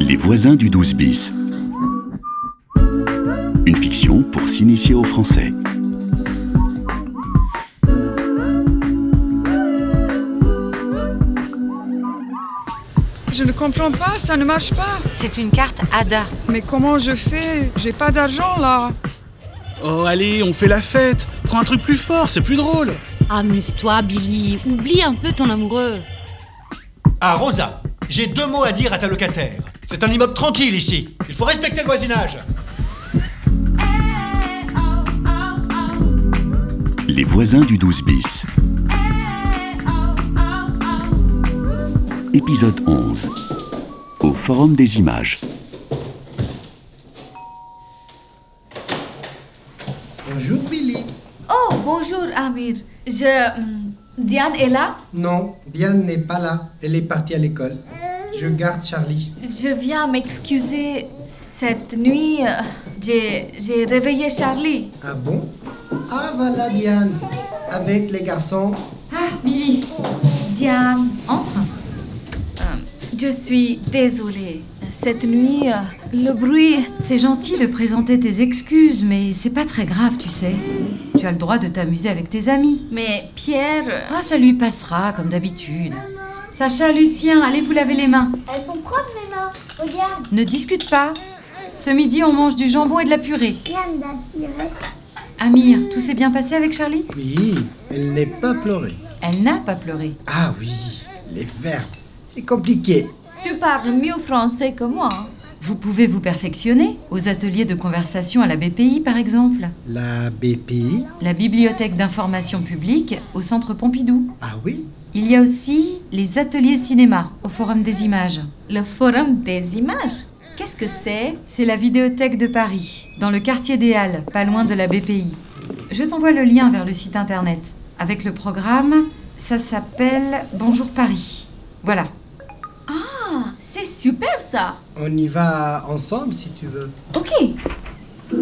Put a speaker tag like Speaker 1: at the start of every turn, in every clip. Speaker 1: Les voisins du 12 bis. Une fiction pour s'initier au français.
Speaker 2: Je ne comprends pas, ça ne marche pas.
Speaker 3: C'est une carte ADA.
Speaker 2: Mais comment je fais J'ai pas d'argent là.
Speaker 4: Oh allez, on fait la fête Prends un truc plus fort, c'est plus drôle
Speaker 5: Amuse-toi, Billy. Oublie un peu ton amoureux.
Speaker 6: Ah, Rosa, j'ai deux mots à dire à ta locataire. C'est un immeuble tranquille ici. Il faut respecter le voisinage.
Speaker 1: Les voisins du 12 bis. Épisode 11. Au Forum des images.
Speaker 7: Bonjour Billy.
Speaker 8: Oh, bonjour Amir. Je. hum, Diane est là
Speaker 7: Non, Diane n'est pas là. Elle est partie à l'école. Je garde Charlie.
Speaker 8: Je viens m'excuser. Cette nuit, euh, j'ai j'ai réveillé Charlie.
Speaker 7: Ah bon Ah voilà Diane. Avec les garçons.
Speaker 8: Ah, Billy. Diane, entre. Euh, je suis désolée. Cette nuit, euh, le bruit.
Speaker 9: C'est gentil de présenter tes excuses, mais c'est pas très grave, tu sais. Tu as le droit de t'amuser avec tes amis.
Speaker 8: Mais Pierre. euh,
Speaker 9: Ah, ça lui passera, comme d'habitude. Sacha, Lucien, allez vous laver les mains.
Speaker 10: Elles sont propres, mes mains. Regarde,
Speaker 9: Ne discute pas. Ce midi, on mange du jambon et de la purée.
Speaker 10: Diane d'attirer.
Speaker 9: Amir, tout s'est bien passé avec Charlie
Speaker 7: Oui, elle n'est pas pleurée.
Speaker 9: Elle n'a pas pleuré.
Speaker 7: Ah oui, les verbes. C'est compliqué.
Speaker 8: Tu parles mieux français que moi.
Speaker 9: Vous pouvez vous perfectionner aux ateliers de conversation à la BPI, par exemple.
Speaker 7: La BPI.
Speaker 9: La bibliothèque d'information publique au centre Pompidou.
Speaker 7: Ah oui
Speaker 9: Il y a aussi les ateliers cinéma au Forum des images.
Speaker 8: Le forum des images. Qu'est-ce que c'est
Speaker 9: C'est la vidéothèque de Paris, dans le quartier des Halles, pas loin de la BPI. Je t'envoie le lien vers le site internet. Avec le programme, ça s'appelle Bonjour Paris. Voilà.
Speaker 8: Ah, c'est super ça.
Speaker 7: On y va ensemble si tu veux.
Speaker 8: Ok.
Speaker 11: Eh,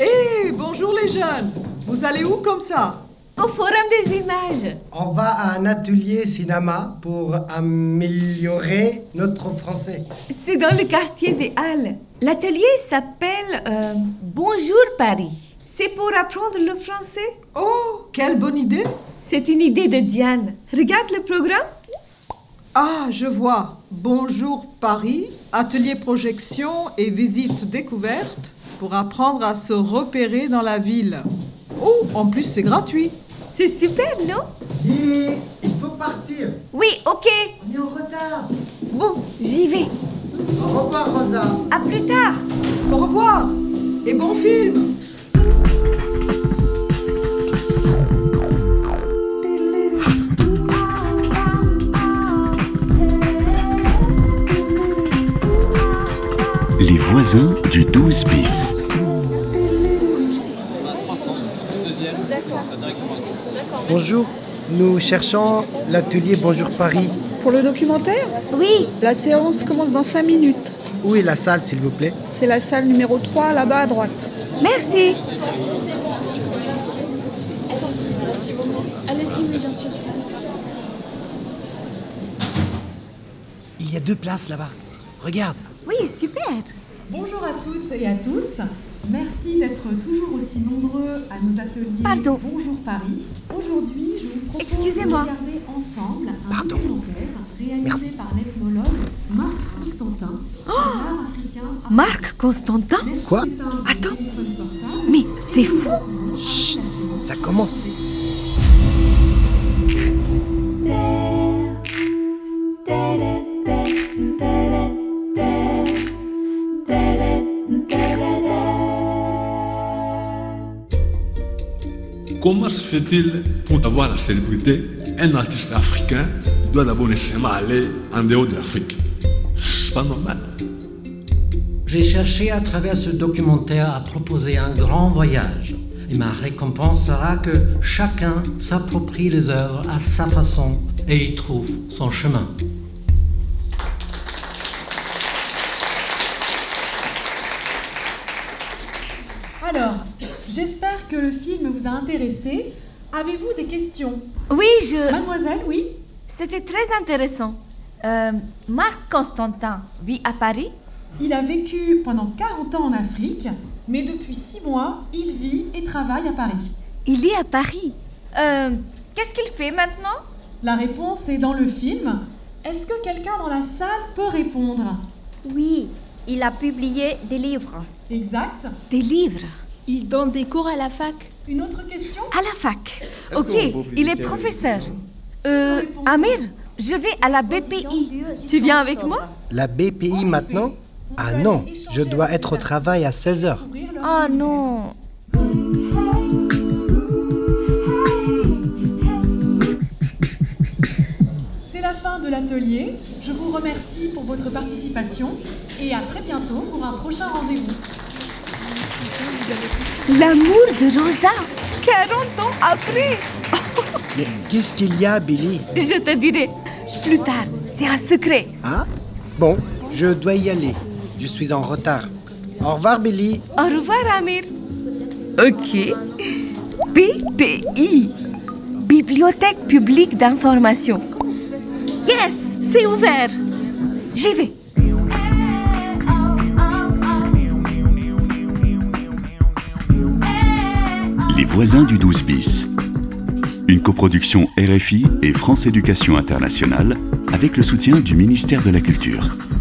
Speaker 11: Eh, bonjour les jeunes Vous allez où comme ça
Speaker 8: Au forum des images.
Speaker 7: On va à un atelier cinéma pour améliorer notre français.
Speaker 8: C'est dans le quartier des Halles. L'atelier s'appelle euh, Bonjour Paris. C'est pour apprendre le français.
Speaker 11: Oh, quelle bonne idée
Speaker 8: C'est une idée de Diane. Regarde le programme.
Speaker 11: Ah, je vois. Bonjour Paris, atelier projection et visite découverte pour apprendre à se repérer dans la ville. Oh, en plus c'est gratuit.
Speaker 8: C'est super, non
Speaker 7: Billy, il faut partir.
Speaker 8: Oui, ok.
Speaker 7: On est en retard.
Speaker 8: Bon, j'y vais.
Speaker 7: Au revoir Rosa.
Speaker 8: À plus tard.
Speaker 11: Au revoir et bon film
Speaker 1: Les voisins du 12 bis.
Speaker 7: Bonjour, nous cherchons l'atelier Bonjour Paris.
Speaker 12: Pour le documentaire
Speaker 8: Oui,
Speaker 12: La séance commence dans 5 minutes.
Speaker 7: Où est la salle, s'il vous plaît
Speaker 12: C'est la salle numéro 3, là-bas à droite.
Speaker 8: merci.
Speaker 6: Il y a deux places là-bas. Regarde.
Speaker 8: Oui, super.
Speaker 11: Bonjour à toutes et à tous. Merci d'être toujours aussi nombreux à nos ateliers
Speaker 8: Pardon.
Speaker 11: Bonjour Paris. Aujourd'hui, je vous propose
Speaker 8: Excusez-moi.
Speaker 11: de regarder ensemble un
Speaker 6: Pardon.
Speaker 11: documentaire réalisé
Speaker 6: Merci.
Speaker 11: par l'ethnologue Marc Constantin sur l'art africain.
Speaker 8: Marc Constantin
Speaker 7: Quoi
Speaker 8: Attends. Mais c'est fou.
Speaker 7: Ça commence.
Speaker 13: Comment se fait-il pour avoir la célébrité Un artiste africain doit d'abord nécessairement aller en dehors de l'Afrique. C'est pas normal.
Speaker 14: J'ai cherché à travers ce documentaire à proposer un grand voyage. Et ma récompense sera que chacun s'approprie les œuvres à sa façon et y trouve son chemin.
Speaker 11: Alors,
Speaker 3: J'espère que le film vous a intéressé. Avez-vous des questions
Speaker 8: Oui, je.
Speaker 3: Mademoiselle, oui
Speaker 8: C'était très intéressant. Euh, Marc Constantin vit à Paris
Speaker 3: Il a vécu pendant 40 ans en Afrique, mais depuis 6 mois, il vit et travaille à Paris.
Speaker 8: Il est à Paris Euh, Qu'est-ce qu'il fait maintenant
Speaker 3: La réponse est dans le film. Est-ce que quelqu'un dans la salle peut répondre
Speaker 15: Oui, il a publié des livres.
Speaker 3: Exact.
Speaker 8: Des livres
Speaker 15: Il donne des cours à la fac.
Speaker 3: Une autre question
Speaker 8: À la fac.
Speaker 15: Est-ce qu'on
Speaker 8: Ok,
Speaker 15: peut
Speaker 8: il
Speaker 15: visiter
Speaker 8: est
Speaker 15: les
Speaker 8: professeur. Euh, Amir, je vais à la BPI. Tu viens avec moi
Speaker 11: La BPI maintenant Ah non, je dois être au travail à 16h.
Speaker 8: Oh non.
Speaker 3: C'est la fin de l'atelier. Je vous remercie pour votre participation et à très bientôt pour un prochain rendez-vous.
Speaker 8: L'amour de Rosa 40 ans après
Speaker 11: Mais qu'est-ce qu'il y a, Billy
Speaker 8: Je te dirai plus tard. C'est un secret.
Speaker 11: Hein Bon, je dois y aller. Je suis en retard. Au revoir, Billy.
Speaker 8: Au revoir, Amir. Ok. BPI. Bibliothèque publique d'information. Yes, c'est ouvert. J'y vais.
Speaker 10: Eh, oh,
Speaker 1: Les voisins du 12 bis. Une coproduction RFI et France Éducation Internationale avec le soutien du ministère de la Culture.
Speaker 10: Eh, oh,